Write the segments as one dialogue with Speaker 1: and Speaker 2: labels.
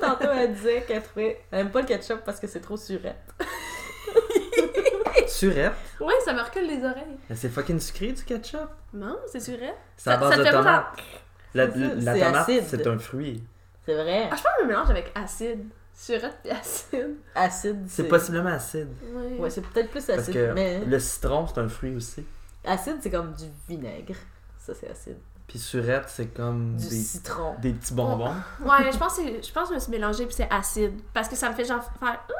Speaker 1: tantôt, elle disait qu'elle trouvait. Elle aime pas le ketchup parce que c'est trop surette.
Speaker 2: Surette.
Speaker 3: Ouais, ça me recule les oreilles.
Speaker 2: Mais C'est fucking sucré du ketchup.
Speaker 3: Non, c'est surette.
Speaker 2: C'est à
Speaker 3: Ça-
Speaker 2: base
Speaker 3: ça
Speaker 2: de
Speaker 3: fait pas
Speaker 2: tomate. La,
Speaker 1: C'est
Speaker 2: la-
Speaker 1: ça,
Speaker 2: la
Speaker 1: c'est
Speaker 2: tomate,
Speaker 1: acide.
Speaker 2: c'est un fruit.
Speaker 1: C'est vrai.
Speaker 3: Ah, je pense que je me mélange avec acide. Surette pis acide.
Speaker 1: Acide.
Speaker 2: C'est possiblement acide.
Speaker 3: Ouais.
Speaker 1: Ouais, c'est peut-être plus
Speaker 2: Parce
Speaker 1: acide,
Speaker 2: que
Speaker 1: mais
Speaker 2: le citron, c'est un fruit aussi.
Speaker 1: acide, c'est comme du vinaigre. Ça, c'est acide.
Speaker 2: Puis surette, c'est comme
Speaker 1: Du
Speaker 2: des,
Speaker 1: citron.
Speaker 2: des petits bonbons.
Speaker 3: Ouais, je pense que c'est- je pense que je me suis mélangée puis c'est acide parce que ça me fait genre faire oh!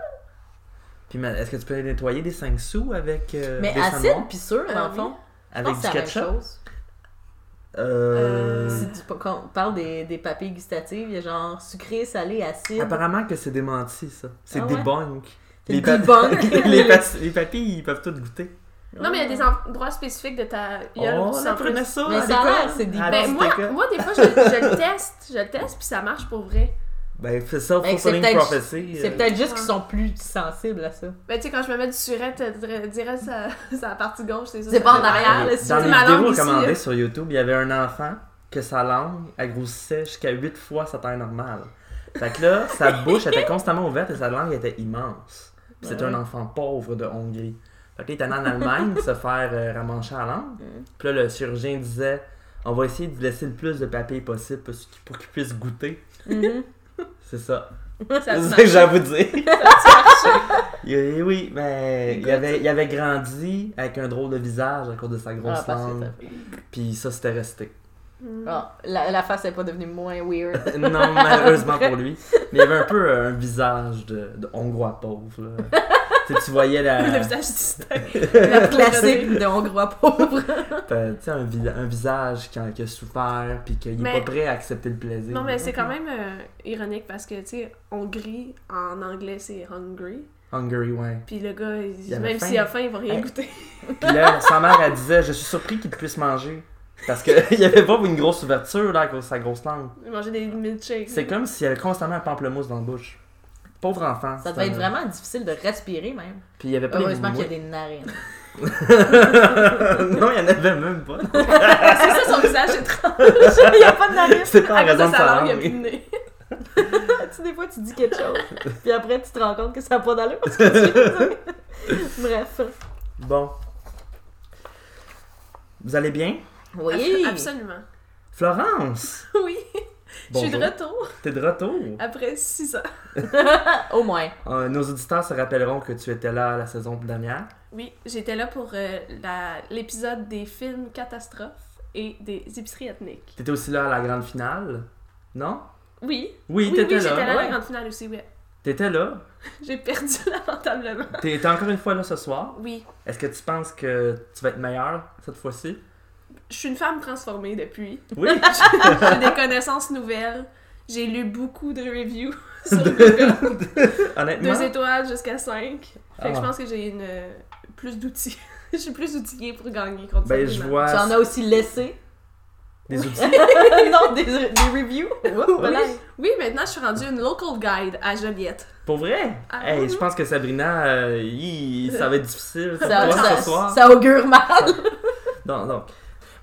Speaker 2: Puis ma- est-ce que tu peux les nettoyer des 5 sous avec euh,
Speaker 1: Mais
Speaker 2: des
Speaker 1: acide,
Speaker 2: saumons?
Speaker 1: puis sûr, dans le fond. Je
Speaker 2: Avec
Speaker 1: pense
Speaker 2: du
Speaker 1: que c'est la
Speaker 2: ketchup?
Speaker 1: même chose.
Speaker 2: Euh,
Speaker 3: Euh,
Speaker 1: Si tu- quand on parle des, des papilles gustatives, il y a genre sucré, salé, acide.
Speaker 2: Apparemment que c'est démenti, ça. C'est
Speaker 1: Ah
Speaker 2: des
Speaker 1: ouais?
Speaker 2: bonks.
Speaker 1: C'est
Speaker 2: Les,
Speaker 1: des
Speaker 2: pa-
Speaker 1: bonks.
Speaker 2: les, pa- les papilles, ils peuvent tout goûter.
Speaker 3: Non, mais il y a des endroits spécifiques de ta gueule où
Speaker 2: Oh,
Speaker 3: tu
Speaker 2: on
Speaker 3: sens plus.
Speaker 2: apprenait ça
Speaker 1: Mais
Speaker 2: à
Speaker 1: ça a l'air,
Speaker 2: l'école. Ah,
Speaker 1: c'est des
Speaker 2: À la
Speaker 3: Ben,
Speaker 2: petite
Speaker 3: moi,
Speaker 2: école.
Speaker 3: moi, des fois, je, je le teste, je le teste, puis ça marche pour vrai.
Speaker 2: Ben, c'est ça,
Speaker 1: Ben, c'est
Speaker 2: Fulfilling
Speaker 1: peut-être-
Speaker 2: Prophecy.
Speaker 1: C'est
Speaker 2: euh,
Speaker 1: peut-être juste
Speaker 3: Ah.
Speaker 1: qu'ils sont plus sensibles à ça.
Speaker 3: Ben, tu sais, quand je me mets du surette, euh, dire- direct, ça, ça la partie gauche, c'est ça.
Speaker 1: C'est
Speaker 3: ça
Speaker 1: pas en
Speaker 3: fait-
Speaker 1: arrière, là,
Speaker 2: Ah, Dans
Speaker 1: si
Speaker 3: c'est
Speaker 2: les
Speaker 3: ma
Speaker 2: vidéos
Speaker 3: langue ici,
Speaker 2: recommandées
Speaker 3: là.
Speaker 2: sur YouTube, il y avait un enfant que sa langue, elle grossissait jusqu'à 8 fois sa taille normale. Fait que là, sa bouche était constamment ouverte et sa langue était immense. Puis C'était
Speaker 1: Ouais.
Speaker 2: un enfant pauvre de Hongrie. Fait que là, il était allé en Allemagne se faire euh, ramancher la langue.
Speaker 1: Mm.
Speaker 2: Puis là, le chirurgien disait on va essayer de laisser le plus de papier possible pour qu'il- pour qu'il puisse goûter.
Speaker 1: Mhm.
Speaker 2: C'est ça.
Speaker 3: Mm-hmm. Ça
Speaker 2: C'est
Speaker 3: se
Speaker 2: ça que
Speaker 3: marche.
Speaker 2: j'ai à vous dire. Il- eh oui, mais il avait, il avait grandi avec un drôle de visage à cause de sa grosse
Speaker 1: Ah, parce que
Speaker 2: langue.
Speaker 1: ça fait-
Speaker 2: Puis ça, c'était resté.
Speaker 3: Mm.
Speaker 1: Ah, la, la face n'est pas devenue moins weird.
Speaker 3: Ah,
Speaker 2: Non, malheureusement pour lui. Mais il avait un peu euh, un visage de, de hongrois pauvre. Là. tu sais, tu voyais la.
Speaker 3: Le visage distinct.
Speaker 1: La classique de Hongrois pauvre.
Speaker 2: t'as- Tu sais, un, vi- un visage qui a, qui a souffert, puis qu'il
Speaker 3: Mais-
Speaker 2: est pas prêt à accepter le plaisir.
Speaker 3: Non, mais c'est quand même euh, ironique parce que, tu sais, Hongrie, en anglais, c'est hungry.
Speaker 2: Hungary, ouais.
Speaker 3: Puis le gars, il-
Speaker 2: Il avait
Speaker 3: même
Speaker 2: faim.
Speaker 3: s'il a faim, il va rien
Speaker 2: Hey.
Speaker 3: goûter.
Speaker 2: Puis là, sa mère, elle disait Je suis surpris qu'il puisse manger. Parce qu'il n'y avait pas une grosse ouverture là, à cause de sa grosse langue.
Speaker 3: Il mangeait des milkshakes.
Speaker 2: C'est comme s'il avait constamment un pamplemousse dans la bouche. Pauvre enfant.
Speaker 1: Ça
Speaker 2: c'est
Speaker 1: devait
Speaker 2: un-
Speaker 1: être vraiment difficile de respirer, même.
Speaker 2: Puis il y avait pas les
Speaker 1: Heureusement qu'il y a
Speaker 2: mouettes.
Speaker 1: des narines.
Speaker 2: non, il y en avait même pas.
Speaker 1: Ah,
Speaker 3: C'est ça, son visage est trop.
Speaker 1: Il n'y a pas de narines.
Speaker 2: C'est pas en
Speaker 3: À cause de
Speaker 2: raison de
Speaker 3: sa langue, il a
Speaker 2: langue.
Speaker 3: plus de nez.
Speaker 1: Tu- des fois, tu dis quelque chose, puis après, tu te rends compte que ça n'a pas d'allure. ce que tu dis. Bref.
Speaker 2: Bon. Vous allez bien?
Speaker 1: Oui.
Speaker 3: Absolument.
Speaker 2: Florence!
Speaker 3: Oui. Je suis de
Speaker 2: Bonjour.
Speaker 3: retour
Speaker 2: T'es de retour.
Speaker 3: après 6 ans.
Speaker 1: Au moins.
Speaker 2: Euh, nos auditeurs se rappelleront que tu étais là la saison dernière.
Speaker 3: Oui, j'étais là pour euh, la- l'épisode des films catastrophes et des épiceries ethniques.
Speaker 2: T'étais aussi là à la grande finale. Non?
Speaker 3: Oui,
Speaker 2: Oui,
Speaker 3: oui, oui,
Speaker 2: t'étais
Speaker 3: j'étais là, à la
Speaker 2: là. ouais.
Speaker 3: grande finale aussi, oui.
Speaker 2: T'étais là.
Speaker 3: J'ai perdu lamentablement.
Speaker 2: T'es t'es encore une fois là ce soir.
Speaker 3: Oui,
Speaker 2: Est-ce que tu penses que tu vas être meilleure cette fois-ci?
Speaker 3: je suis une femme transformée depuis.
Speaker 2: Oui.
Speaker 3: J'ai des connaissances nouvelles. J'ai lu beaucoup de reviews sur Google.
Speaker 2: Honnêtement.
Speaker 3: Deux étoiles jusqu'à cinq. Fait que je
Speaker 2: Ah.
Speaker 3: pense que j'ai une euh, plus d'outils. Je suis plus outillée pour gagner contre
Speaker 2: Ben, je
Speaker 1: Tu en
Speaker 2: vois
Speaker 1: as aussi laissé.
Speaker 2: des outils.
Speaker 1: non, des, des reviews. Voilà.
Speaker 3: Oui, maintenant, je suis rendue une local guide à Joliette.
Speaker 2: Pour vrai?
Speaker 3: Ah,
Speaker 2: hey,
Speaker 3: oui,
Speaker 2: je
Speaker 3: oui.
Speaker 2: pense que Sabrina, euh, il- ça va être difficile pour
Speaker 1: Ça,
Speaker 2: toi
Speaker 1: ça-
Speaker 2: ce soir.
Speaker 1: ça augure mal.
Speaker 2: Non, donc,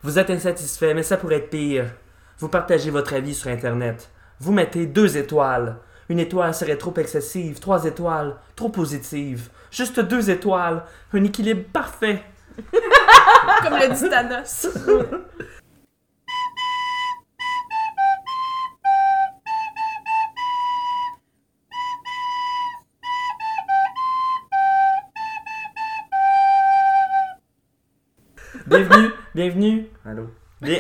Speaker 2: vous êtes insatisfait, mais ça pourrait être pire. Vous partagez votre avis sur Internet. Vous mettez deux étoiles. Une étoile serait trop excessive, trois étoiles, trop positive. Juste deux étoiles, un équilibre parfait.
Speaker 3: Comme le dit Thanos.
Speaker 2: Bienvenue, bienvenue. Allô. Bien...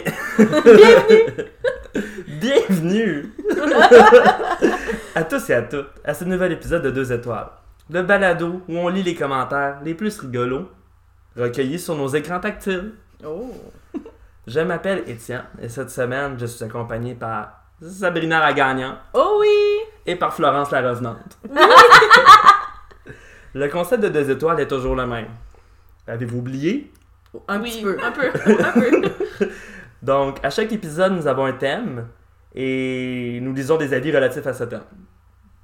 Speaker 2: bienvenue. bienvenue. à tous et à toutes à ce nouvel épisode de Deux étoiles. Le balado où on lit les commentaires les plus rigolos recueillis sur nos écrans tactiles.
Speaker 1: Oh.
Speaker 2: Je m'appelle Étienne et cette semaine, je suis accompagné par Sabrina la gagnante
Speaker 1: Oh oui.
Speaker 2: et par Florence la revenante. le concept de deux étoiles est toujours le même. Avez-vous oublié?
Speaker 1: Un
Speaker 3: oui,
Speaker 1: petit peu.
Speaker 3: un peu, un peu.
Speaker 2: Donc, à chaque épisode, nous avons un thème et nous lisons des avis relatifs à ce thème.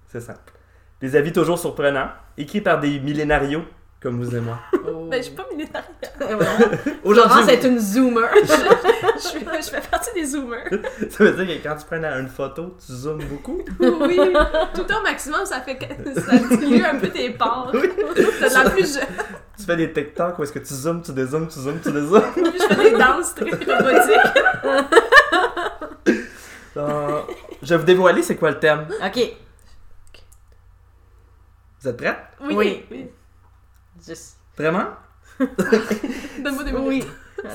Speaker 2: C'est simple. Des avis toujours surprenants, écrits par des millénarios comme vous et moi.
Speaker 1: Oh.
Speaker 3: Ben, je suis pas millénaire.
Speaker 1: Et voilà. Florence
Speaker 2: Aujourd'hui,
Speaker 1: Oh. est une zoomer.
Speaker 3: Je, suis- je fais partie des zoomers.
Speaker 2: ça veut dire que quand tu prends une photo, tu zoomes beaucoup.
Speaker 3: Oui. Tout au maximum, ça fait que- ça dilue un peu tes pores. T'as de la plus jeune.
Speaker 2: Tu fais des TikTok où est-ce que tu zoomes, tu dézoomes, tu zoomes, tu dézoomes.
Speaker 3: Puis je fais des danses très robotiques.
Speaker 2: Euh, je vais vous dévoiler c'est quoi le thème.
Speaker 1: ok.
Speaker 2: Vous êtes prêts?
Speaker 3: Oui.
Speaker 1: Oui.
Speaker 3: oui.
Speaker 1: Juste.
Speaker 2: Vraiment?
Speaker 3: Donne-moi des mots.
Speaker 1: Oui.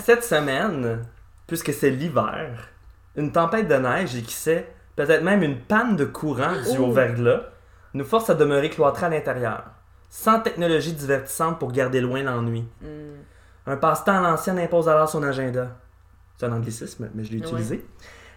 Speaker 2: Cette semaine, puisque c'est l'hiver, une tempête de neige et qui sait, peut-être même une panne de courant due au
Speaker 1: Ouh.
Speaker 2: verglas, nous force à demeurer cloîtrés à l'intérieur, sans technologie divertissante pour garder loin l'ennui.
Speaker 1: Hmm.
Speaker 2: Un passe-temps à l'ancienne impose alors son agenda. C'est un anglicisme, mais je l'ai
Speaker 1: Ouais.
Speaker 2: utilisé.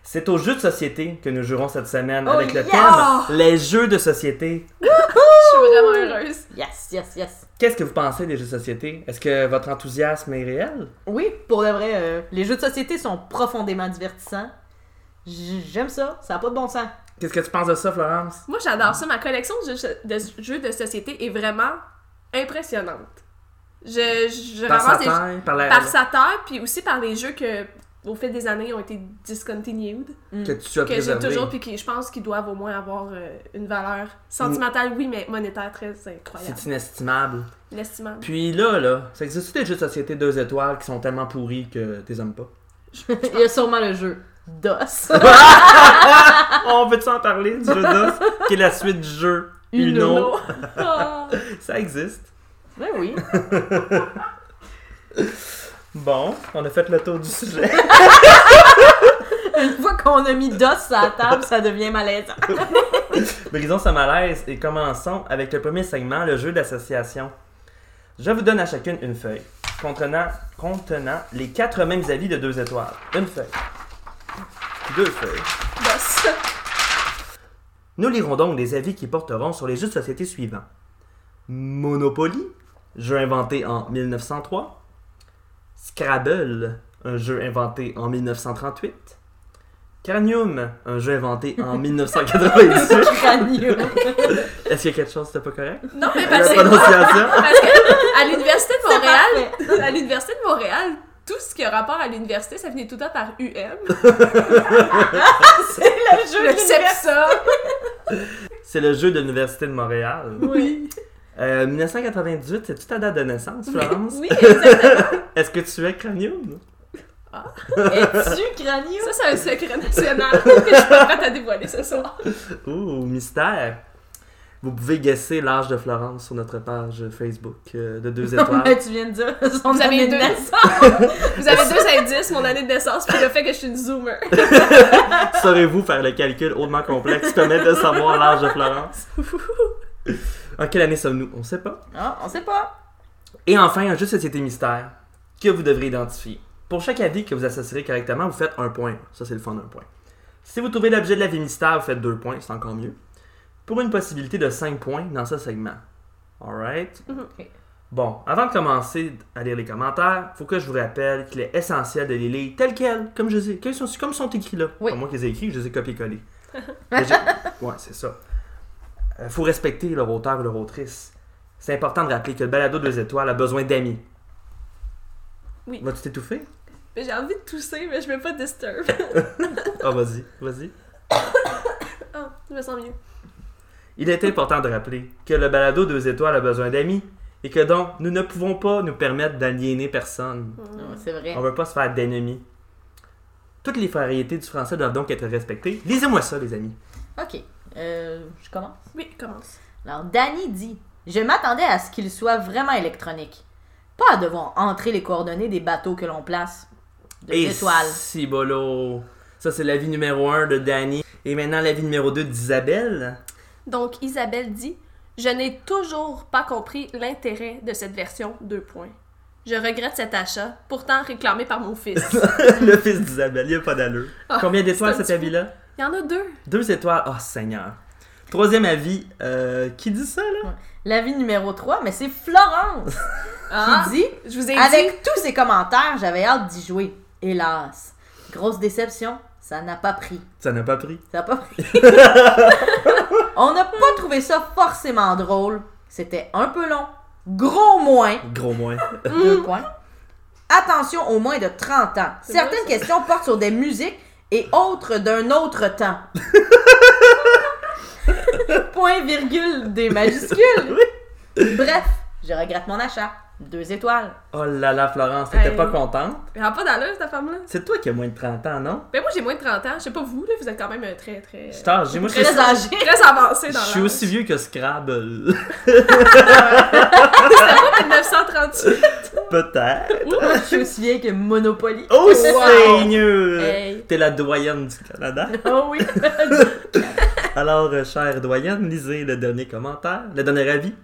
Speaker 2: C'est aux jeux de société que nous jouerons cette semaine
Speaker 1: Oh,
Speaker 2: avec le
Speaker 1: yes!
Speaker 2: thème Les jeux de société.
Speaker 3: Je suis vraiment heureuse.
Speaker 1: Yes, yes, yes.
Speaker 2: Qu'est-ce que vous pensez des jeux de société Est-ce que votre enthousiasme est réel
Speaker 1: Oui, pour de vrai, euh, les jeux de société sont profondément divertissants. J- J'aime ça, ça n'a pas de bon sens.
Speaker 2: Qu'est-ce que tu penses de ça, Florence
Speaker 3: Moi, j'adore ça. Ma collection de jeux de, jeux de société est vraiment impressionnante. Je, je
Speaker 2: Par sa
Speaker 3: ramasse des-
Speaker 2: taille, par la
Speaker 3: par sa taille, puis aussi par les jeux que, au fil des années, ont été discontinued.
Speaker 2: que tu as
Speaker 3: que j'ai
Speaker 2: préservé.
Speaker 3: toujours, puis qui, je pense qu'ils doivent au moins avoir euh, une valeur sentimentale, oui, mais monétaire très incroyable.
Speaker 2: C'est inestimable.
Speaker 3: L'estimable.
Speaker 2: Puis là, là, ça existe des jeux de société deux étoiles qui sont tellement pourris que t'es aimes pas.
Speaker 1: Il y a sûrement le jeu DOS.
Speaker 3: Ah!
Speaker 2: On veut-tu en parler du jeu d'os qui est la suite du jeu Uno?
Speaker 1: Uno.
Speaker 3: Ah.
Speaker 2: Ça existe.
Speaker 1: ben oui.
Speaker 2: Bon, on a fait le tour du sujet.
Speaker 1: Une fois qu'on a mis DOS à la table, ça devient malaisant.
Speaker 2: Brisons ce malaise et commençons avec le premier segment, le jeu d'association. Je vous donne à chacune une feuille contenant, contenant les quatre mêmes avis de deux étoiles. Une feuille. Deux feuilles.
Speaker 3: Boss.
Speaker 2: Nous lirons donc des avis qui porteront sur les jeux de société suivants. Monopoly, jeu inventé en 1903. Scrabble, un jeu inventé en 1938. Cranium, un jeu inventé en 1998.
Speaker 1: Cranium.
Speaker 2: Est-ce qu'il y a quelque chose de pas correct?
Speaker 3: Non, mais
Speaker 2: La
Speaker 3: parce que,
Speaker 2: prononciation?
Speaker 3: parce que à l'Université de Montréal,
Speaker 1: Parfait.
Speaker 3: à l'Université de Montréal, tout ce qui a rapport à l'université, ça venait tout le temps par UM.
Speaker 1: C'est le jeu
Speaker 3: Le
Speaker 1: de l'univers.
Speaker 3: CEPSA.
Speaker 2: C'est le jeu de l'Université de Montréal.
Speaker 1: Oui.
Speaker 2: Euh, 1998, c'est-tu ta date de naissance, Florence?
Speaker 3: Oui, exactement.
Speaker 2: Est-ce que tu es Cranium?
Speaker 1: Es-tu cranium?
Speaker 3: Ça, c'est un secret national que je suis pas prête à dévoiler ce soir.
Speaker 2: Oh, mystère! Vous pouvez guesser l'âge de Florence sur notre page Facebook euh, de deux
Speaker 1: Ouais,
Speaker 2: étoiles.
Speaker 1: tu viens de dire son
Speaker 3: Vous avez
Speaker 1: année de
Speaker 3: deux
Speaker 1: naissance.
Speaker 3: Vous avez deux indices, mon année de naissance, puis le fait que je suis une zoomer.
Speaker 2: Saurez-vous faire le calcul hautement complexe permet de savoir l'âge de Florence? en quelle année sommes-nous? On sait pas.
Speaker 1: Ah, on sait pas.
Speaker 2: Et enfin, un jeu de société mystère que vous devrez identifier. Pour chaque avis que vous associerez correctement, vous faites un point. Ça, c'est le fond d'un point. Si vous trouvez l'objet de l'avis mystère, vous faites deux points, c'est encore mieux. Pour une possibilité de cinq points dans ce segment. Alright? Bon, avant de commencer à lire les commentaires, faut que je vous rappelle qu'il est essentiel de les lire tels quels, comme je les ai- comme ils sont, comme ils sont écrits là.
Speaker 1: Oui.
Speaker 2: Pas moi qui les ai écrits, je les ai copiés-collés. Mais j'ai- ouais, c'est ça. Euh, faut respecter leur auteur ou leur autrice. C'est important de rappeler que le balado deux étoiles a besoin d'amis.
Speaker 3: Oui.
Speaker 2: Vas-tu t'étouffer?
Speaker 3: Mais j'ai envie de tousser, mais je vais pas disturb.
Speaker 2: Ah, vas-y, vas-y.
Speaker 3: Ah, je me sens mieux.
Speaker 2: Il est important de rappeler que le balado deux étoiles a besoin d'amis et que donc nous ne pouvons pas nous permettre d'aliéner personne.
Speaker 1: Non, c'est vrai.
Speaker 2: On veut pas se faire d'ennemis. Toutes les variétés du français doivent donc être respectées. Lisez-moi ça, les amis.
Speaker 1: Ok. Euh, je commence.
Speaker 3: Oui, commence.
Speaker 1: Alors, Danny dit Je m'attendais à ce qu'il soit vraiment électronique. Pas à devoir entrer les coordonnées des bateaux que l'on place. Deux étoiles.
Speaker 2: si bolo. Ça, c'est l'avis numéro 1 de Danny. Et maintenant, l'avis numéro 2 d'Isabelle.
Speaker 3: Donc, Isabelle dit Je n'ai toujours pas compris l'intérêt de cette version 2 points. Je regrette cet achat, pourtant réclamé par mon fils.
Speaker 2: le fils d'Isabelle, il n'y a pas d'allure.
Speaker 3: Ah,
Speaker 2: Combien d'étoiles
Speaker 3: c'est un
Speaker 2: cet
Speaker 3: petit
Speaker 2: avis-là
Speaker 3: Il y en a deux.
Speaker 2: Deux étoiles. Oh, Seigneur. Troisième avis. euh, qui dit ça, là
Speaker 1: L'avis numéro 3, mais c'est Florence
Speaker 3: Ah,
Speaker 1: qui dit
Speaker 3: je vous ai dit.
Speaker 1: Avec tous ces commentaires, j'avais hâte d'y jouer. Hélas. Grosse déception, ça n'a pas pris.
Speaker 2: Ça n'a pas pris.
Speaker 1: Ça n'a pas pris. On n'a pas trouvé ça forcément drôle. C'était un peu long, Gros moins,
Speaker 2: Gros moins.
Speaker 1: deux points. Attention aux moins de 30 ans.
Speaker 3: Mhm. C'est
Speaker 1: Certaines
Speaker 3: bon, ça.
Speaker 1: questions portent sur des musiques et autres d'un autre temps. Point virgule des majuscules. Bref, je regrette mon achat. Deux étoiles.
Speaker 2: Oh là là, Florence, t'étais
Speaker 3: Hey.
Speaker 2: pas contente?
Speaker 3: Elle a pas d'allure, cette femme-là.
Speaker 2: C'est toi qui as moins de 30 ans, non?
Speaker 3: Ben, moi, j'ai moins de 30 ans. Je sais pas vous, là, vous êtes quand même euh, très, très.
Speaker 2: Je t'en- j'ai- moi, je suis-
Speaker 1: Très âgé.
Speaker 3: Très avancé
Speaker 2: je
Speaker 3: dans
Speaker 2: suis
Speaker 3: l'âge.
Speaker 2: aussi vieux que Scrabble.
Speaker 3: C'était pas 1938.
Speaker 2: Peut-être.
Speaker 1: Je suis aussi vieille que Monopoly.
Speaker 2: Oh
Speaker 1: Wow.
Speaker 2: Seigneur!
Speaker 3: Hey.
Speaker 2: T'es la doyenne du Canada.
Speaker 1: Oh oui.
Speaker 2: Alors, euh, chère doyenne, lisez le dernier commentaire, le dernier avis.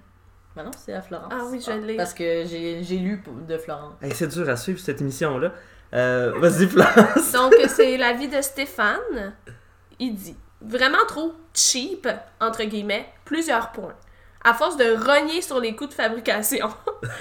Speaker 1: Mais Bah non, c'est à Florence.
Speaker 3: Ah oui, je l'ai.
Speaker 1: Parce que j'ai j'ai lu pour- de Florence.
Speaker 2: Hey, c'est dur à suivre cette émission-là. Euh, Vas-y, Florence.
Speaker 3: Donc, euh, c'est l'avis de Stéphane. Il dit Vraiment trop cheap, entre guillemets, plusieurs points. À force de rogner sur les coûts de fabrication,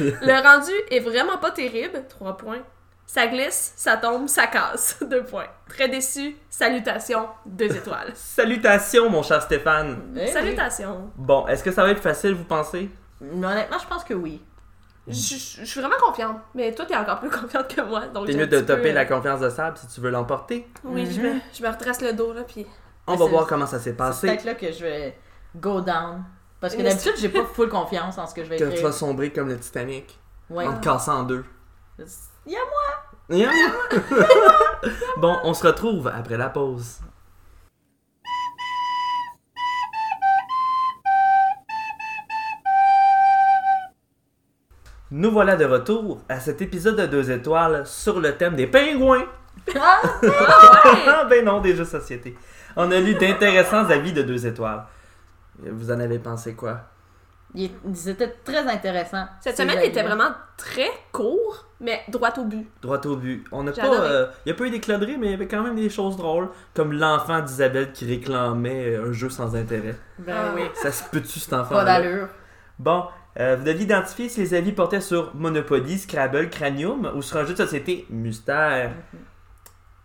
Speaker 3: le rendu est vraiment pas terrible, trois points. Ça glisse, ça tombe, ça casse, deux points. Très déçu, salutations, deux étoiles.
Speaker 2: Salutations, mon cher Stéphane.
Speaker 1: Eh oui.
Speaker 3: salutations.
Speaker 2: Bon, est-ce que ça va être facile, vous pensez?
Speaker 1: Mais honnêtement, je pense que oui.
Speaker 3: Je je- je suis vraiment confiante, mais toi, t'es encore plus confiante que moi. donc
Speaker 2: T'es
Speaker 3: j'ai
Speaker 2: mieux
Speaker 3: un
Speaker 2: de
Speaker 3: petit peu,
Speaker 2: topper
Speaker 3: euh,
Speaker 2: la Mm-hmm. confiance de sable si tu veux l'emporter.
Speaker 3: Oui, je, me, je me redresse le dos, là, puis.
Speaker 2: On
Speaker 1: Mais
Speaker 2: va
Speaker 1: c'est-
Speaker 2: voir comment ça s'est
Speaker 1: C'est
Speaker 2: passé.
Speaker 1: peut-être là que je vais go down. Parce que
Speaker 3: Mais
Speaker 1: d'habitude, j'ai pas full confiance en ce que je vais
Speaker 2: Que tu vas
Speaker 1: écrire.
Speaker 2: sombrer comme le Titanic.
Speaker 1: Ouais.
Speaker 2: En te cassant en deux.
Speaker 1: Il y a moi.
Speaker 2: bon, on se retrouve après la pause. Nous voilà de retour à cet épisode de deux étoiles sur le thème des pingouins.
Speaker 1: Ah!
Speaker 2: Ah ben non, des jeux de société. On a lu d'intéressants avis de deux étoiles. Vous en avez pensé quoi?
Speaker 1: Il est- C'était très intéressant.
Speaker 3: Cette
Speaker 1: C'est
Speaker 3: semaine, il était
Speaker 1: agréable.
Speaker 3: vraiment très court, mais droit au but.
Speaker 2: Droit au but. On n'a
Speaker 3: J'ai
Speaker 2: pas.
Speaker 3: adoré.
Speaker 2: Il n'y a pas eu des cloderies, mais il y avait quand même des choses drôles, comme l'enfant d'Isabelle qui réclamait euh, un jeu sans intérêt.
Speaker 1: Ben oui.
Speaker 2: Ça se peut-tu cet
Speaker 1: Pas
Speaker 2: enfant-là?
Speaker 1: d'allure.
Speaker 2: Bon, euh, vous deviez identifier si les avis portaient sur Monopoly, Scrabble, Cranium ou sur un jeu de société mystère.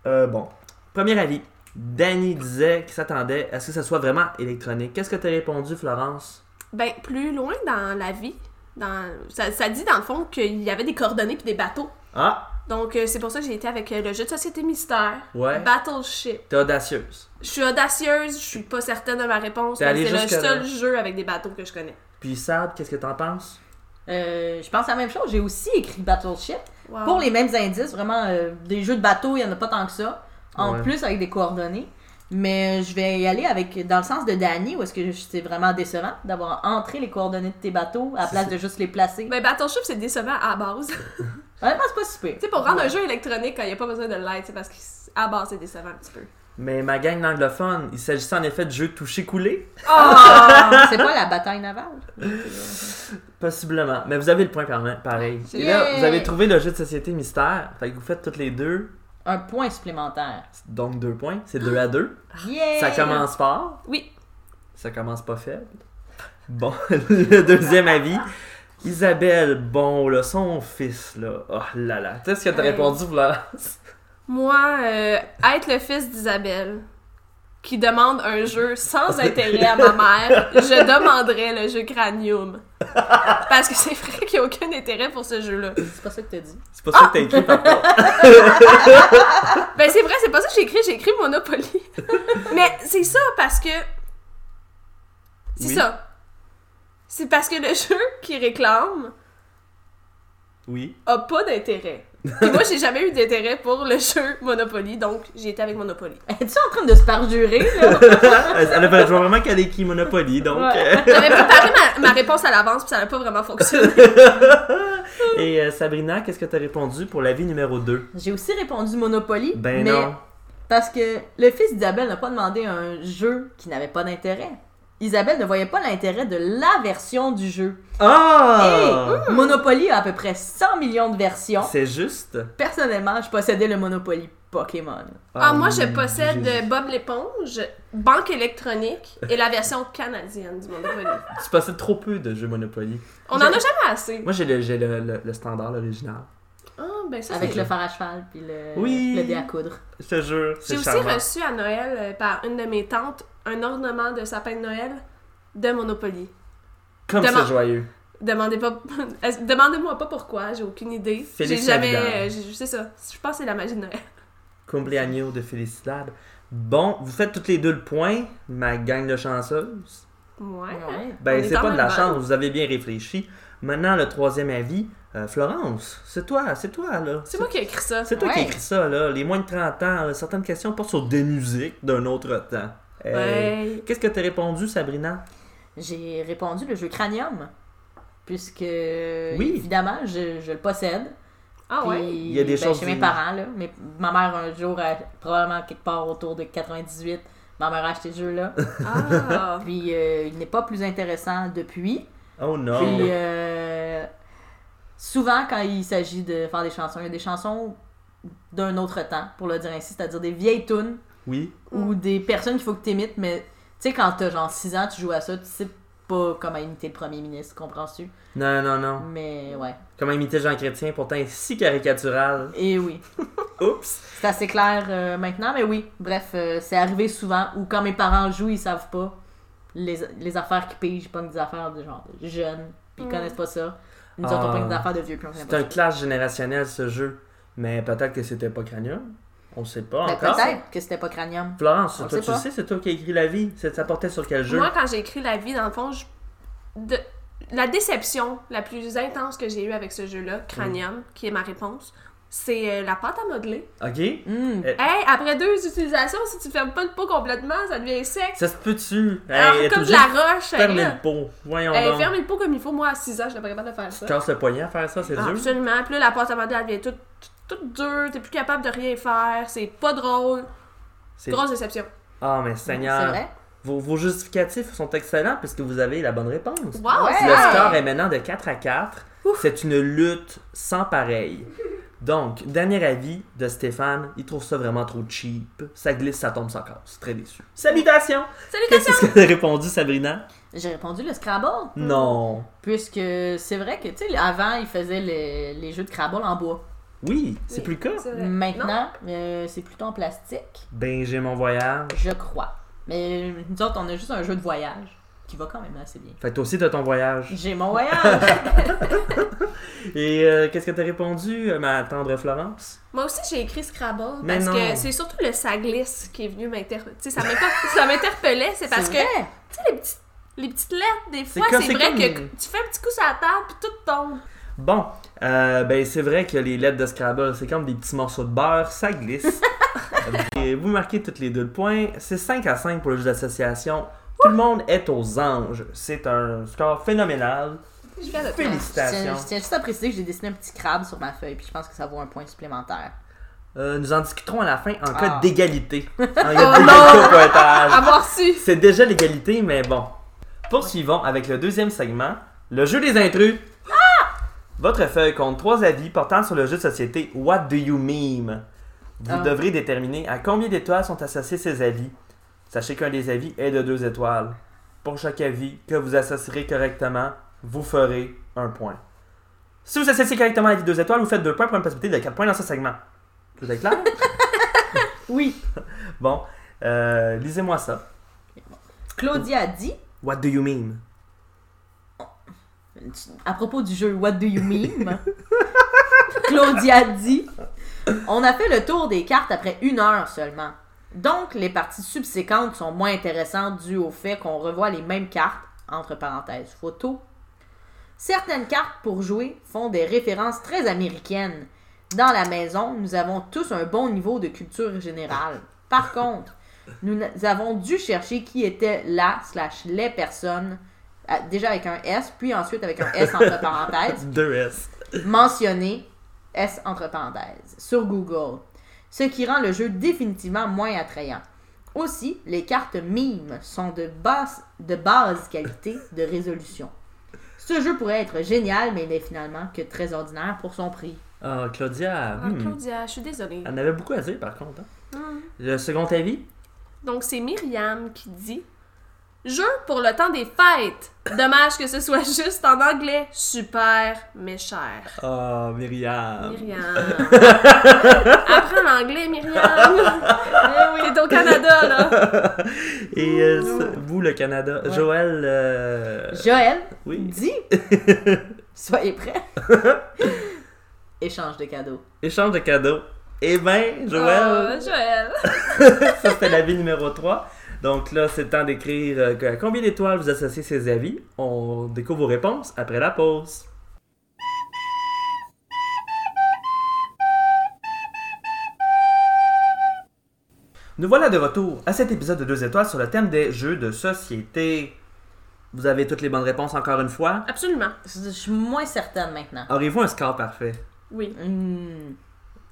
Speaker 2: Euh, bon, premier avis. Danny disait qu'il s'attendait à ce que ça soit vraiment électronique. Qu'est-ce que t'as répondu, Florence?
Speaker 3: Ben, plus loin dans la vie, dans... Ça, ça dit dans le fond qu'il y avait des coordonnées puis des bateaux.
Speaker 2: Ah,
Speaker 3: Donc, euh, c'est pour ça que j'ai été avec euh, le jeu de société mystère,
Speaker 2: ouais.
Speaker 3: Battleship.
Speaker 2: T'es audacieuse.
Speaker 3: Je suis audacieuse, je suis pas certaine de ma réponse,
Speaker 2: T'es
Speaker 3: mais
Speaker 2: allée
Speaker 3: c'est le
Speaker 2: jusque-là.
Speaker 3: seul jeu avec des bateaux que je connais.
Speaker 2: Puis Sab, qu'est-ce que t'en penses?
Speaker 1: Euh, je pense à la même chose. J'ai aussi écrit Battleship.
Speaker 3: Wow.
Speaker 1: Pour les mêmes indices, vraiment, euh, des jeux de bateau, il y en a pas tant que ça. En
Speaker 2: Ouais.
Speaker 1: plus, avec des coordonnées. Mais euh, je vais y aller avec dans le sens de Danny, où est-ce que je- c'est vraiment décevant d'avoir entré les coordonnées de tes bateaux à la
Speaker 2: C'est-
Speaker 1: place de juste les placer.
Speaker 3: Ben, Battleship, c'est décevant à la base. tu
Speaker 1: Honnêtement, c'est pas si pire.
Speaker 3: sais, pour rendre un jeu électronique quand il n'y a pas besoin de light, c'est parce qu'à la base, c'est décevant un petit peu.
Speaker 2: Mais ma gang anglophone, il s'agissait en effet de jeux touchés-coulés.
Speaker 3: Oh!
Speaker 1: C'est pas la bataille navale.
Speaker 2: Possiblement. Mais vous avez le point par- pareil. Et
Speaker 1: Yeah!
Speaker 2: là, vous avez trouvé le jeu de société mystère. Fait que vous faites toutes les deux.
Speaker 1: Un point supplémentaire.
Speaker 2: Donc deux points. C'est
Speaker 1: Ah!
Speaker 2: deux à deux.
Speaker 1: Yeah!
Speaker 2: Ça commence fort.
Speaker 3: oui,
Speaker 2: Ça commence pas faible. Bon, le deuxième avis. Isabelle, bon là, son fils là. Oh là là. Tu sais ce que t'as
Speaker 3: Hey.
Speaker 2: répondu, Florence?
Speaker 3: Moi, euh, être le fils d'Isabelle qui demande un jeu sans intérêt à ma mère, je demanderais le jeu Cranium. Parce que c'est vrai qu'il n'y a aucun intérêt pour ce jeu-là.
Speaker 1: C'est pas ça que t'as dit.
Speaker 2: C'est pas ça que t'as écrit, papa.
Speaker 3: Ben c'est vrai, c'est pas ça que j'ai écrit, j'ai écrit Monopoly. Mais c'est ça parce que... C'est
Speaker 2: Oui.
Speaker 3: ça. C'est parce que le jeu qui réclame
Speaker 2: Oui.
Speaker 3: a pas d'intérêt. Et moi, j'ai jamais eu d'intérêt pour le jeu Monopoly, donc j'ai été avec Monopoly.
Speaker 1: Es-tu en train de se parjurer, là?
Speaker 2: Elle a je vois vraiment qu'elle écrit Monopoly, donc.
Speaker 1: Ouais.
Speaker 2: euh,
Speaker 3: J'avais préparé ma, ma réponse à l'avance, puis ça n'a pas vraiment fonctionné.
Speaker 2: Et euh, Sabrina, qu'est-ce que t'as répondu pour l'avis numéro 2?
Speaker 1: J'ai aussi répondu Monopoly.
Speaker 2: Ben
Speaker 1: mais
Speaker 2: non.
Speaker 1: Parce que le fils d'Isabelle n'a pas demandé un jeu qui n'avait pas d'intérêt. Isabelle ne voyait pas l'intérêt de la version du jeu.
Speaker 2: Ah!
Speaker 1: Et Monopoly a à peu près 100 millions de versions.
Speaker 2: C'est juste.
Speaker 1: Personnellement, je possédais le Monopoly Pokémon.
Speaker 3: Ah, moi, je
Speaker 2: mon
Speaker 3: possède
Speaker 2: Dieu.
Speaker 3: Bob l'éponge, Banque électronique et la version canadienne du Monopoly.
Speaker 2: Tu possèdes trop peu de jeux Monopoly.
Speaker 3: On en a jamais assez.
Speaker 2: Moi, j'ai le, j'ai le, le- le standard, l'original.
Speaker 3: Ah, ben ça,
Speaker 1: Avec
Speaker 3: c'est...
Speaker 1: le fer à cheval puis le,
Speaker 2: Oui.
Speaker 1: le dé à coudre.
Speaker 2: Je te jure,
Speaker 3: J'ai
Speaker 2: c'est
Speaker 3: aussi
Speaker 2: charmant.
Speaker 3: reçu à Noël, euh, par une de mes tantes, un ornement de sapin de Noël de Monopoly.
Speaker 2: Comme
Speaker 3: Demain.
Speaker 2: c'est joyeux.
Speaker 3: Demandez pas, demandez-moi pas pourquoi, j'ai aucune idée. J'ai
Speaker 2: Félix
Speaker 3: jamais,
Speaker 2: Navidad.
Speaker 3: euh, j'ai- c'est ça. Je pense que c'est la magie de Noël.
Speaker 2: Cumpleaños de Felicidad. Bon, vous faites toutes les deux le point, ma gang de chanceuses.
Speaker 3: Ouais.
Speaker 1: Ouais.
Speaker 3: On
Speaker 2: Ben,
Speaker 3: est
Speaker 2: c'est
Speaker 3: quand
Speaker 2: pas de
Speaker 3: même
Speaker 2: la
Speaker 3: bonne.
Speaker 2: chance, vous avez bien réfléchi. Maintenant, le troisième avis, euh, Florence, c'est toi, c'est toi, là.
Speaker 3: C'est moi qui ai écrit ça.
Speaker 2: C'est toi qui
Speaker 1: Ouais.
Speaker 2: écris ça, là. Les moins de 30 ans, euh, certaines questions portent sur des musiques d'un autre temps. Hey.
Speaker 3: Ouais.
Speaker 2: Qu'est-ce que t'as répondu, Sabrina?
Speaker 1: J'ai répondu le jeu Cranium. Puisque,
Speaker 2: Oui.
Speaker 1: évidemment, je, je le possède.
Speaker 3: Ah
Speaker 1: Puis,
Speaker 3: ouais.
Speaker 2: Il y a des
Speaker 1: ben,
Speaker 2: choses
Speaker 1: Chez mes
Speaker 2: du-
Speaker 1: parents, là. Mais ma mère, un jour, a- probablement quelque part autour de 98, ma mère a acheté ce jeu-là.
Speaker 3: Ah.
Speaker 1: Puis, euh, il n'est pas plus intéressant depuis.
Speaker 2: Oh non!
Speaker 1: Puis, euh, souvent, quand il s'agit de faire des chansons, il y a des chansons d'un autre temps, pour le dire ainsi, c'est-à-dire des vieilles tunes
Speaker 2: Oui.
Speaker 3: Mm.
Speaker 1: ou des personnes qu'il faut que tu imites, mais tu sais, quand t'as genre 6 ans, tu joues à ça, tu sais pas comment imiter le premier ministre, comprends-tu?
Speaker 2: Non, non, non.
Speaker 1: Mais ouais.
Speaker 2: Comment imiter Jean Chrétien, pourtant si caricatural.
Speaker 1: Et oui.
Speaker 2: Oups!
Speaker 1: C'est assez clair euh, maintenant, mais oui. Bref, euh, c'est arrivé souvent où quand mes parents jouent, ils savent pas les, les affaires qui pigent, pas des affaires de genre de jeunes, puis ils
Speaker 3: Mm.
Speaker 1: connaissent pas ça. Nous
Speaker 2: Ah.
Speaker 1: autres, on prend des affaires de vieux, puis on connaît
Speaker 2: C'est
Speaker 1: pas
Speaker 2: un
Speaker 1: ça.
Speaker 2: clash générationnel, ce jeu. Mais peut-être que c'était pas cranium. On sait pas
Speaker 1: Ben,
Speaker 2: encore.
Speaker 1: Peut-être que c'était pas cranium.
Speaker 2: Florence,
Speaker 1: On
Speaker 2: toi,
Speaker 1: sait
Speaker 2: tu
Speaker 1: pas.
Speaker 2: sais, c'est toi qui as écrit la vie. C'est- Ça portait sur quel jeu?
Speaker 3: Moi, quand j'ai écrit la vie, dans le fond, je- de- la déception la plus intense que j'ai eue avec ce jeu-là, Cranium,
Speaker 2: Mm.
Speaker 3: qui est ma réponse, c'est euh, la pâte à modeler.
Speaker 2: OK?
Speaker 1: Mm.
Speaker 2: Eh,
Speaker 3: Hey, après deux utilisations, si tu fermes pas le pot complètement, ça devient sec.
Speaker 2: Ça se peut-tu? Hey,
Speaker 3: Alors,
Speaker 2: elle est
Speaker 3: comme de
Speaker 2: obligée de
Speaker 3: la roche. elle,
Speaker 2: Fermer
Speaker 3: là.
Speaker 2: le pot. Voyons
Speaker 3: Hey,
Speaker 2: donc.
Speaker 3: ferme le pot comme il faut. Moi, à 6 ans, je n'étais pas capable de faire
Speaker 2: Tu
Speaker 3: ça.
Speaker 2: casses le poignet à faire ça, c'est
Speaker 3: Ah,
Speaker 2: dur.
Speaker 3: absolument. Puis là, la pâte à modeler, elle devient toute, toute, toute dure. T'es plus capable de rien faire. C'est pas drôle.
Speaker 2: C'est-
Speaker 3: Grosse déception.
Speaker 2: Ah, mais
Speaker 1: C'est
Speaker 2: Seigneur.
Speaker 1: vrai?
Speaker 2: Vos, vos justificatifs sont excellents puisque vous avez la bonne réponse.
Speaker 3: Wow!
Speaker 1: Ouais.
Speaker 3: ça-
Speaker 2: Le score est maintenant de 4 à 4. C'est une lutte sans pareil. Donc, dernier avis de Stéphane, il trouve ça vraiment trop cheap. Ça glisse, ça tombe, ça casse. Très déçu. Salutations!
Speaker 3: Salutations!
Speaker 2: Qu'est-ce que tu as répondu, Sabrina?
Speaker 1: J'ai répondu le Scrabble.
Speaker 2: Non.
Speaker 1: Puisque c'est vrai que, tu sais, avant, ils faisaient les, les jeux de Scrabble en bois.
Speaker 2: Oui, c'est
Speaker 3: Oui,
Speaker 2: plus le cas.
Speaker 3: c'est vrai. Non.
Speaker 1: Maintenant, euh, c'est plutôt en plastique,
Speaker 2: Ben, j'ai mon voyage.
Speaker 1: je crois. Mais nous autres, on a juste un jeu de voyage qui va quand même assez bien.
Speaker 2: Fait que toi aussi, t'as ton voyage.
Speaker 1: J'ai mon voyage!
Speaker 2: Et euh, qu'est-ce que t'as répondu, euh, ma tendre Florence?
Speaker 3: Moi aussi, j'ai écrit Scrabble
Speaker 2: Mais
Speaker 3: parce
Speaker 2: non.
Speaker 3: que c'est surtout le ça glisse qui est venu m'interpeller. Tu sais, ça m'inter- ça m'interpellait, c'est parce que, tu
Speaker 1: vrai.
Speaker 3: sais, les, petites- les petites lettres, des
Speaker 2: C'est
Speaker 3: fois,
Speaker 2: comme-
Speaker 3: c'est
Speaker 2: c'est
Speaker 3: vrai
Speaker 2: comme-
Speaker 3: que tu fais un petit coup sur la table puis tout tombe.
Speaker 2: Bon, euh, ben, c'est vrai que les lettres de Scrabble, c'est comme des petits morceaux de beurre, ça glisse. Et vous marquez toutes les deux le point. C'est 5 à 5 pour le jeu d'association. Tout le monde est aux anges. C'est un score phénoménal.
Speaker 3: Je suis fière de toi.
Speaker 1: Je tiens-
Speaker 2: Félicitations.
Speaker 1: je tiens juste à préciser que j'ai dessiné un petit crabe sur ma feuille, puis je pense que ça vaut un point supplémentaire.
Speaker 2: Euh, nous en discuterons à la fin en cas
Speaker 1: Ah.
Speaker 2: d'égalité. Hein, Il y a
Speaker 3: Oh
Speaker 2: d'égalité
Speaker 3: non! Ah,
Speaker 2: au pointage.
Speaker 3: Avoir su.
Speaker 2: C'est déjà l'égalité, mais bon. Poursuivons avec le deuxième segment, le jeu des intrus. Ah! Votre feuille compte trois avis portant sur le jeu de société What Do You Meme. Vous
Speaker 1: Ah.
Speaker 2: devrez déterminer à combien d'étoiles sont associés ces avis. Sachez qu'un des avis est de deux étoiles. Pour chaque avis que vous associerez correctement, vous ferez un point. Si vous associez correctement l'avis deux étoiles, vous faites deux points pour une possibilité de quatre points dans ce segment. Tout est clair?
Speaker 1: Oui!
Speaker 2: bon, euh, lisez-moi ça.
Speaker 1: Claudia a dit,
Speaker 2: What do you meme?
Speaker 1: à propos du jeu What Do You Meme, Claudia dit On a fait le tour des cartes après une heure seulement. Donc, les parties subséquentes sont moins intéressantes dues au fait qu'on revoit les mêmes cartes, entre parenthèses, photos. Certaines cartes pour jouer font des références très américaines. Dans la maison, nous avons tous un bon niveau de culture générale. Par contre, nous n- avons dû chercher qui était la slash les personnes, euh, déjà avec un S, puis ensuite avec un S entre parenthèses,
Speaker 2: Deux S.
Speaker 1: mentionné S entre parenthèses sur Google, ce qui rend le jeu définitivement moins attrayant. Aussi, les cartes mimes sont de basse, de basse qualité de résolution. Ce jeu pourrait être génial, mais il n'est finalement que très ordinaire pour son prix.
Speaker 2: Ah, Claudia. Ah.
Speaker 3: Ah,
Speaker 2: hmm.
Speaker 3: Claudia, je suis désolée.
Speaker 2: Elle en avait beaucoup à dire, par contre. hein.
Speaker 3: Hmm.
Speaker 2: Le second avis,
Speaker 3: Donc, c'est Myriam qui dit Jeu pour le temps des fêtes. Dommage que ce soit juste en anglais. Super, mais cher.
Speaker 2: Oh, Myriam.
Speaker 3: Myriam. Apprends l'anglais, Myriam. Eh oui, t'es au Canada, là.
Speaker 2: Et euh, ça- vous, le Canada.
Speaker 1: Ouais.
Speaker 2: Joël. euh,
Speaker 1: Joël,
Speaker 2: Oui.
Speaker 1: dis. Soyez prêts. Échange de cadeaux.
Speaker 2: Échange de cadeaux. Eh ben, Joël,
Speaker 3: Oh, Joël.
Speaker 2: ça c'était l'avis numéro 3. Donc là, c'est le temps d'écrire euh, que- combien d'étoiles vous associez ces avis. On découvre vos réponses après la pause. Nous voilà de retour à cet épisode de 2 étoiles sur le thème des jeux de société. Vous avez toutes les bonnes réponses encore une fois.
Speaker 3: Absolument.
Speaker 1: Je je suis moins certaine maintenant.
Speaker 2: Aurez-vous un score parfait?
Speaker 3: Oui.
Speaker 1: Hmm.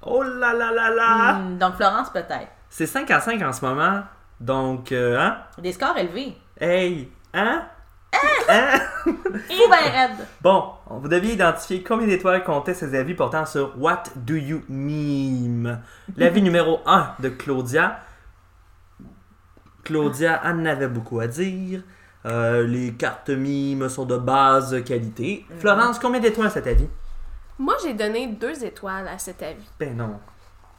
Speaker 2: Oh là là là là!
Speaker 1: Hmm, Donc Florence peut-être.
Speaker 2: C'est 5 à 5 en ce moment. Donc, euh, hein?
Speaker 1: Des scores élevés.
Speaker 2: Hey! Hein? Hein?
Speaker 1: Fou ben raide.
Speaker 2: Bon, vous deviez identifier combien d'étoiles comptaient ces avis portant sur What Do You Meme? L'avis numéro 1 de Claudia. Claudia en avait beaucoup à dire. Euh, les cartes mimes sont de base qualité.
Speaker 1: Mm-hmm.
Speaker 2: Florence, combien d'étoiles à cet avis?
Speaker 3: Moi, j'ai donné deux étoiles à cet avis.
Speaker 2: Ben non.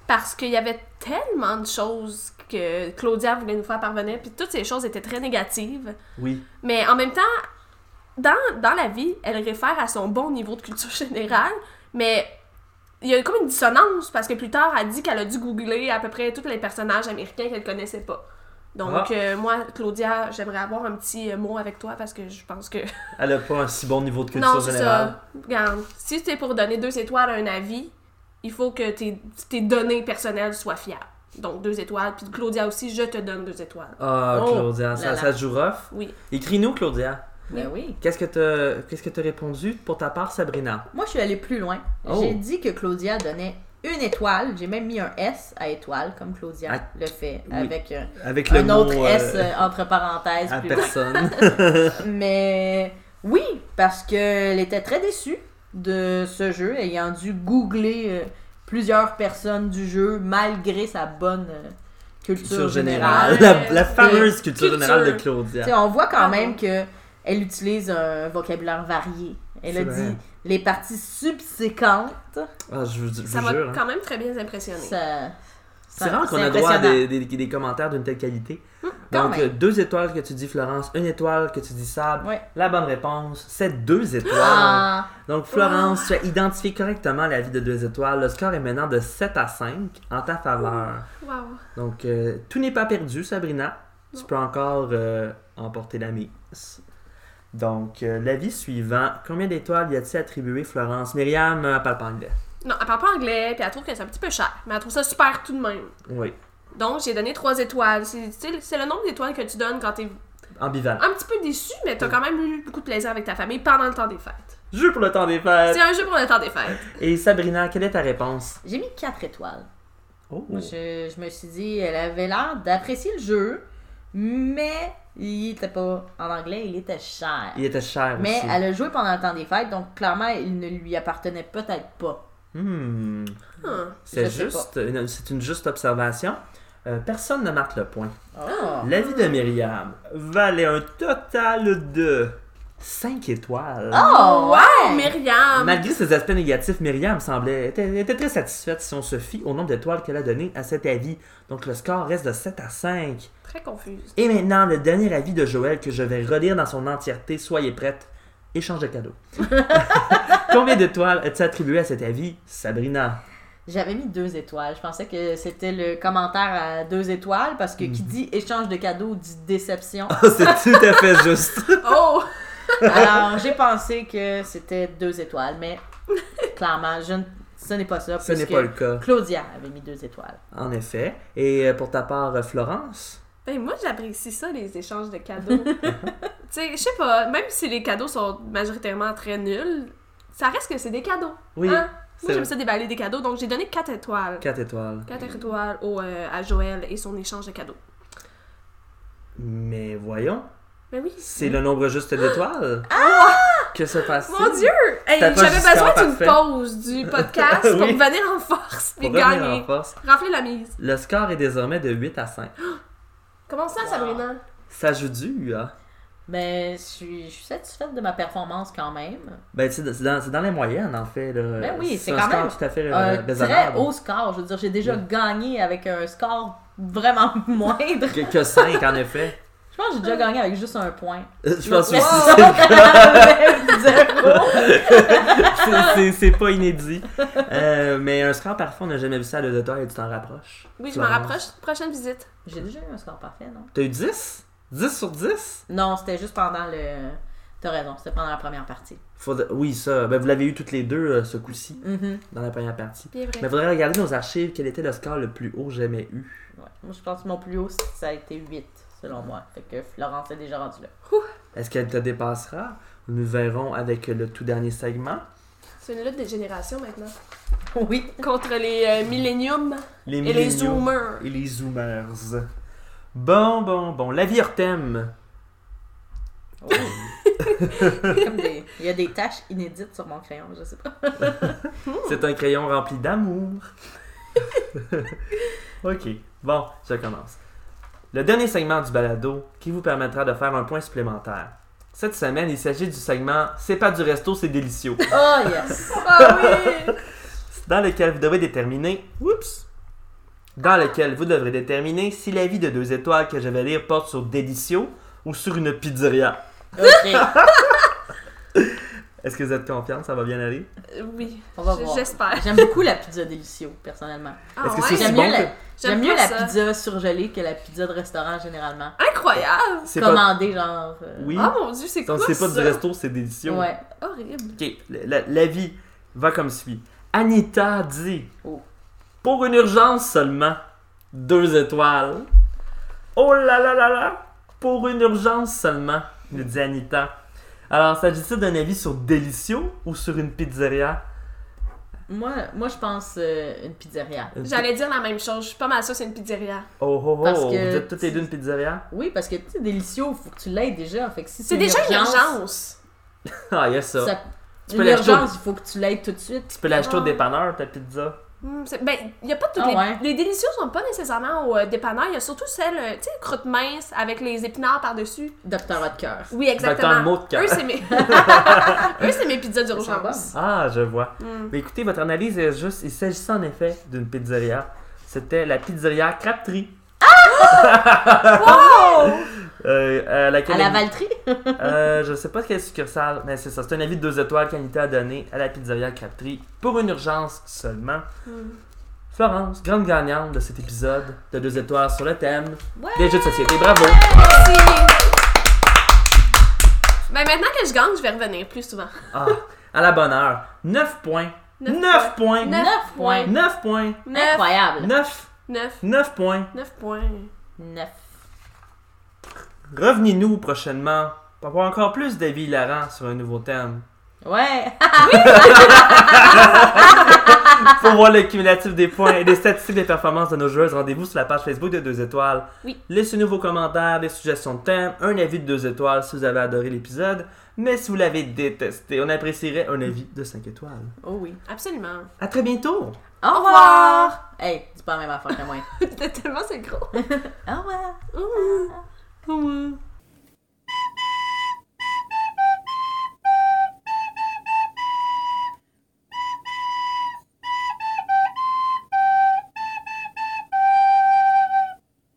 Speaker 3: parce qu'il y avait tellement de choses que Claudia voulait nous faire parvenir, puis toutes ces choses étaient très négatives.
Speaker 2: Oui.
Speaker 3: Mais en même temps, dans, dans la vie, elle réfère à son bon niveau de culture générale, mais il y a comme une dissonance, parce que plus tard, elle dit qu'elle a dû googler à peu près tous les personnages américains qu'elle connaissait pas. Donc,
Speaker 2: Ah.
Speaker 3: euh, moi, Claudia, j'aimerais avoir un petit euh, mot avec toi parce que je pense que.
Speaker 2: Elle a pas un si bon niveau de culture
Speaker 3: non, c'est
Speaker 2: générale.
Speaker 3: ça. Regarde, si t'es pour donner deux étoiles à un avis, il faut que tes, tes données personnelles soient fiables. Donc, deux étoiles. Puis Claudia aussi, je te donne deux étoiles.
Speaker 2: Ah,
Speaker 1: Oh,
Speaker 2: Claudia, ça,
Speaker 1: là là.
Speaker 2: ça se joue rough.
Speaker 3: Oui.
Speaker 2: Écris-nous, Claudia.
Speaker 1: Ben oui.
Speaker 2: Qu'est-ce que t'as qu'est-ce que t'as répondu pour ta part, Sabrina?
Speaker 1: Moi, je suis allée plus loin.
Speaker 2: Oh.
Speaker 1: J'ai dit que Claudia donnait une étoile. J'ai même mis un S à étoile, comme Claudia
Speaker 2: Ah,
Speaker 1: le fait,
Speaker 2: oui.
Speaker 1: avec un,
Speaker 2: Avec
Speaker 1: un autre
Speaker 2: mot, euh, ah,
Speaker 1: S euh, entre parenthèses.
Speaker 2: à
Speaker 1: plus
Speaker 2: personne.
Speaker 1: loin. Mais oui, parce qu'elle était très déçue de ce jeu, ayant dû googler euh, plusieurs personnes du jeu, malgré sa bonne euh, culture,
Speaker 2: culture
Speaker 1: générale.
Speaker 2: générale. La, la fameuse culture,
Speaker 3: Culture.
Speaker 2: générale de
Speaker 1: Tu
Speaker 2: Claudia.
Speaker 1: sais, on voit quand
Speaker 3: Ah
Speaker 1: même
Speaker 3: bon.
Speaker 1: que elle utilise un vocabulaire varié. Elle a
Speaker 2: C'est vrai.
Speaker 1: dit les parties subséquentes.
Speaker 2: Ah, je vous, je vous
Speaker 3: Ça m'a
Speaker 2: jure. hein.
Speaker 3: quand même très bien impressionné.
Speaker 1: Ça,
Speaker 2: C'est rare qu'on a
Speaker 1: c'est
Speaker 2: droit à
Speaker 1: impressionnant. Hum,
Speaker 2: des, des- des commentaires d'une telle qualité.
Speaker 1: quand
Speaker 2: Donc,
Speaker 1: même.
Speaker 2: euh, deux étoiles que tu dis Florence, une étoile que tu dis Sab.
Speaker 1: Ouais.
Speaker 2: La bonne réponse, c'est deux étoiles.
Speaker 1: Ah,
Speaker 2: Donc, Florence, tu as identifié correctement la vie de deux étoiles. Le score est maintenant de 7 à 5 en ta faveur.
Speaker 3: Wow.
Speaker 2: Donc, euh, tout n'est pas perdu, Sabrina. Tu peux encore euh, emporter la mise. Donc, euh, l'avis suivant. Combien d'étoiles y a-t-il attribué Florence? Myriam, euh, elle parle pas anglais.
Speaker 3: Non, elle parle pas anglais, puis elle trouve que c'est un petit peu cher, mais elle trouve ça super tout de même.
Speaker 2: Oui.
Speaker 3: Donc, j'ai donné trois étoiles. C'est tu sais, c'est le nombre d'étoiles que tu donnes quand t'es
Speaker 2: Ambivalent.
Speaker 3: un petit peu déçu, mais t'as quand même eu beaucoup de plaisir avec ta famille pendant le temps des fêtes.
Speaker 2: Jeu pour le temps des fêtes.
Speaker 3: C'est un jeu pour le temps des fêtes.
Speaker 2: Et Sabrina, quelle est ta réponse?
Speaker 1: j'ai mis 4 étoiles.
Speaker 2: Oh.
Speaker 1: Moi, Je, je me suis dit, elle avait l'air d'apprécier le jeu, mais il était pas en anglais, il était cher.
Speaker 2: Il était cher
Speaker 1: Mais
Speaker 2: aussi.
Speaker 1: elle a joué pendant le temps des fêtes, donc clairement, il ne lui appartenait peut-être pas.
Speaker 2: Hmm.
Speaker 3: Hum.
Speaker 2: C'est
Speaker 1: Je sais
Speaker 2: juste, une- c'est une juste observation. Euh, personne ne marque le point.
Speaker 1: Oh.
Speaker 2: L'avis de Myriam valait un total de 5 étoiles.
Speaker 1: Oh,
Speaker 3: wow,
Speaker 1: ouais!
Speaker 3: Myriam!
Speaker 2: Malgré ses aspects négatifs, Myriam semblait était, était très satisfaite si on se fie au nombre d'étoiles qu'elle a donné à cet avis. Donc le score reste de 7 à 5.
Speaker 3: Très confuse.
Speaker 2: Et maintenant, le dernier avis de Joël que je vais relire dans son entièreté. Soyez prête. Échange de cadeaux. Combien d'étoiles as-tu attribué à cet avis, Sabrina?
Speaker 1: J'avais mis deux étoiles. Je pensais que c'était le commentaire à deux étoiles parce
Speaker 2: Mm-hmm.
Speaker 1: que qui dit échange de cadeaux dit déception.
Speaker 2: Ah, C'est tout à fait juste.
Speaker 3: Oh!
Speaker 1: Alors j'ai pensé que c'était deux étoiles, mais clairement, je ne- ce n'est pas ça.
Speaker 2: Ce n'est
Speaker 1: puisque
Speaker 2: pas le cas,
Speaker 1: Claudia avait mis deux étoiles.
Speaker 2: en effet. Et euh, pour ta part, euh, Florence?
Speaker 3: Ben moi j'apprécie ça les échanges de cadeaux. tu sais, je sais pas, même si les cadeaux sont majoritairement très nuls, ça reste que c'est des cadeaux.
Speaker 2: Oui,
Speaker 3: hein? Moi
Speaker 2: c'est
Speaker 3: j'aime
Speaker 2: vrai.
Speaker 3: ça déballer des cadeaux, donc j'ai donné 4 étoiles.
Speaker 2: 4 étoiles.
Speaker 3: 4 étoiles au, euh, à Joël et son échange de cadeaux.
Speaker 2: Mais voyons,
Speaker 3: Ben oui.
Speaker 2: c'est le nombre juste d'étoiles. Que se passe-t-il?
Speaker 3: Mon Dieu! Hey,
Speaker 2: T'as pas
Speaker 3: j'avais
Speaker 2: jusqu'à
Speaker 3: besoin d'une
Speaker 2: parfait.
Speaker 3: pause du podcast pour
Speaker 2: Oui.
Speaker 3: venir en force et
Speaker 2: Pour revenir
Speaker 3: gagner.
Speaker 2: en force,
Speaker 3: Rafler la mise.
Speaker 2: le score est désormais de 8 à 5.
Speaker 3: Comment ça,
Speaker 1: Wow.
Speaker 3: Sabrina?
Speaker 2: Ça joue dur. hein?
Speaker 1: Mais je suis, je suis satisfaite de ma performance quand même.
Speaker 2: Ben, tu sais, c'est dans, c'est dans les moyennes, en fait. Là.
Speaker 1: Ben oui, c'est
Speaker 2: un
Speaker 1: quand
Speaker 2: score
Speaker 1: même
Speaker 2: tout à fait euh,
Speaker 1: Un très
Speaker 2: raisonnable.
Speaker 1: haut score. Je veux dire, j'ai déjà
Speaker 2: Ouais.
Speaker 1: gagné avec un score vraiment moindre.
Speaker 2: Que, 5, en effet.
Speaker 1: Je pense que j'ai déjà gagné avec juste un point.
Speaker 2: Je pense
Speaker 1: Mais-
Speaker 2: aussi que c'est- c'est pas inédit. Euh, mais un score parfait, on n'a jamais vu ça à l'auditeur et tu t'en rapproches.
Speaker 3: Oui, je m'en
Speaker 2: Florence.
Speaker 3: rapproche. Prochaine visite.
Speaker 1: J'ai déjà eu un score parfait, non?
Speaker 2: T'as eu 10 10 sur 10
Speaker 1: Non, c'était juste pendant le. T'as raison, c'était pendant la première partie.
Speaker 2: Faudrait- Oui, ça. Ben, vous l'avez eu toutes les deux euh, ce coup-ci,
Speaker 1: Mhm.
Speaker 2: dans la première partie.
Speaker 3: Bien vrai.
Speaker 2: Mais faudrait regarder nos archives, quel était le score le plus haut jamais eu.
Speaker 1: Ouais. Moi, je pense que mon plus haut, ça a été 8, selon moi. Fait que Florence est déjà rendue là.
Speaker 2: Est-ce qu'elle te dépassera Nous verrons avec le tout dernier segment.
Speaker 3: C'est une lutte des générations maintenant.
Speaker 1: Oui.
Speaker 3: Contre les euh, milléniums
Speaker 2: Les
Speaker 3: et les
Speaker 2: milléniaux.
Speaker 3: zoomers.
Speaker 2: Et les zoomers. Bon, bon, bon. La vie hors thème.
Speaker 3: Mmh.
Speaker 1: Oui. C'est comme des- Il y a des taches inédites sur mon crayon, je sais pas.
Speaker 2: C'est un crayon rempli d'amour. ok, bon, je commence. Le dernier segment du balado qui vous permettra de faire un point supplémentaire. Cette semaine, il s'agit du segment C'est pas du resto, c'est délicieux.
Speaker 1: Oh yes!
Speaker 3: Ah oui!
Speaker 2: dans lequel vous devrez déterminer. Oups! Dans lequel vous devrez déterminer si l'avis de deux étoiles que je vais lire porte sur délicieux ou sur une pizzeria.
Speaker 1: Ok,
Speaker 2: Est-ce que vous êtes confiants? Ça va bien aller?
Speaker 3: Euh, Oui,
Speaker 1: on va
Speaker 3: j-
Speaker 1: voir.
Speaker 3: j'espère.
Speaker 1: J'aime beaucoup la pizza délicieux, personnellement.
Speaker 3: Ah
Speaker 2: Est-ce que
Speaker 3: ouais?
Speaker 2: c'est aussi
Speaker 1: J'aime
Speaker 2: bon
Speaker 1: mieux, la,
Speaker 2: que-
Speaker 1: j'aime
Speaker 3: J'aime
Speaker 1: mieux
Speaker 3: pas
Speaker 1: la
Speaker 3: ça.
Speaker 1: pizza surgelée que la pizza de restaurant, généralement.
Speaker 3: Incroyable!
Speaker 2: C'est pas...
Speaker 1: Commandée, genre... euh,
Speaker 2: Oui.
Speaker 3: Ah mon dieu, c'est quoi
Speaker 2: Donc c'est pas du
Speaker 3: ça?
Speaker 2: resto, c'est délicieux.
Speaker 1: Ouais.
Speaker 3: Horrible.
Speaker 2: Ok, la- la- l'avis va comme suit. Anita dit
Speaker 1: Oh.
Speaker 2: Pour une urgence seulement, deux étoiles. Oh là là là là Pour une urgence seulement, nous dit Anita. Alors, s'agit-il d'un avis sur délicieux ou sur une pizzeria
Speaker 1: Moi, moi je pense euh, une pizzeria.
Speaker 2: Une pi-
Speaker 3: J'allais dire la même chose. Je suis pas mal sûre, c'est une pizzeria.
Speaker 2: Oh oh oh,
Speaker 1: Parce
Speaker 2: vous
Speaker 1: que-
Speaker 2: êtes toutes les deux une pizzeria
Speaker 1: Oui, parce que, tu sais, délicieux, faut que tu l'aies déjà. Fait que si
Speaker 3: C'est déjà une
Speaker 1: urgence...
Speaker 3: urgence.
Speaker 2: Ah, yes, ça.
Speaker 1: ça-
Speaker 2: Tu peux
Speaker 1: Une
Speaker 2: l'acheter au-
Speaker 1: urgence, il faut que tu l'aies tout de suite.
Speaker 2: Tu peux l'acheter
Speaker 3: Ah.
Speaker 2: au dépanneur, ta pizza.
Speaker 3: Hmm, c'est- ben, il y a pas toutes
Speaker 1: Ah
Speaker 3: les...
Speaker 1: ouais.
Speaker 3: Les délicieux sont pas nécessairement au euh, dépanneur. Il y a surtout celle, euh, tu sais, croûte mince avec les épinards par-dessus.
Speaker 1: Docteur Hotcœur.
Speaker 2: Dans
Speaker 3: Oui,
Speaker 2: le
Speaker 3: exactement.
Speaker 2: mot de cœur.
Speaker 3: Eux, c'est mes... Eux, c'est mes pizzas d'urgence.
Speaker 2: Ah, je vois.
Speaker 3: Hmm.
Speaker 2: Mais écoutez, votre analyse est juste. Il s'agissait en effet d'une pizzeria. C'était la pizzeria Crabtree. Ah
Speaker 3: Wow!
Speaker 2: Euh, euh, laquelle
Speaker 1: À la
Speaker 2: elle-
Speaker 1: Valtry?
Speaker 2: Euh, je sais pas quelle succursale, mais c'est ça. C'est un avis de deux étoiles qu'Anita a donné à la pizzeria Crabtree pour une urgence seulement.
Speaker 3: Hmm.
Speaker 2: Florence, grande gagnante de cet épisode de deux étoiles sur le thème
Speaker 3: Ouais!
Speaker 2: des jeux de société. Bravo!
Speaker 3: Merci! Ben, maintenant que je gagne, je vais revenir plus souvent.
Speaker 2: Ah, à la bonne heure. 9 points.
Speaker 3: Neuf
Speaker 2: 9 points.
Speaker 1: 9
Speaker 3: Neuf
Speaker 1: points.
Speaker 3: points.
Speaker 2: 9 points.
Speaker 3: 9,
Speaker 1: Incroyable.
Speaker 2: 9.
Speaker 3: 9,
Speaker 2: 9 points.
Speaker 3: 9 points.
Speaker 1: 9.
Speaker 2: Revenez-nous prochainement pour avoir encore plus d'avis hilarants sur un nouveau thème.
Speaker 1: Ouais.
Speaker 2: Pour voir le cumulatif des points et des statistiques des performances de nos joueuses, rendez-vous sur la page Facebook de 2 étoiles.
Speaker 3: Oui.
Speaker 2: Laissez-nous vos commentaires, des suggestions de thèmes, un avis de 2 étoiles si vous avez adoré l'épisode, mais si vous l'avez détesté, on apprécierait un avis de 5 étoiles.
Speaker 1: Oh oui.
Speaker 3: Absolument.
Speaker 2: À très bientôt!
Speaker 1: Au revoir. Hey, dis pas la même affaire que moi.
Speaker 3: C'était tellement c'est gros.
Speaker 1: Au revoir.
Speaker 3: Ouh. Ouh.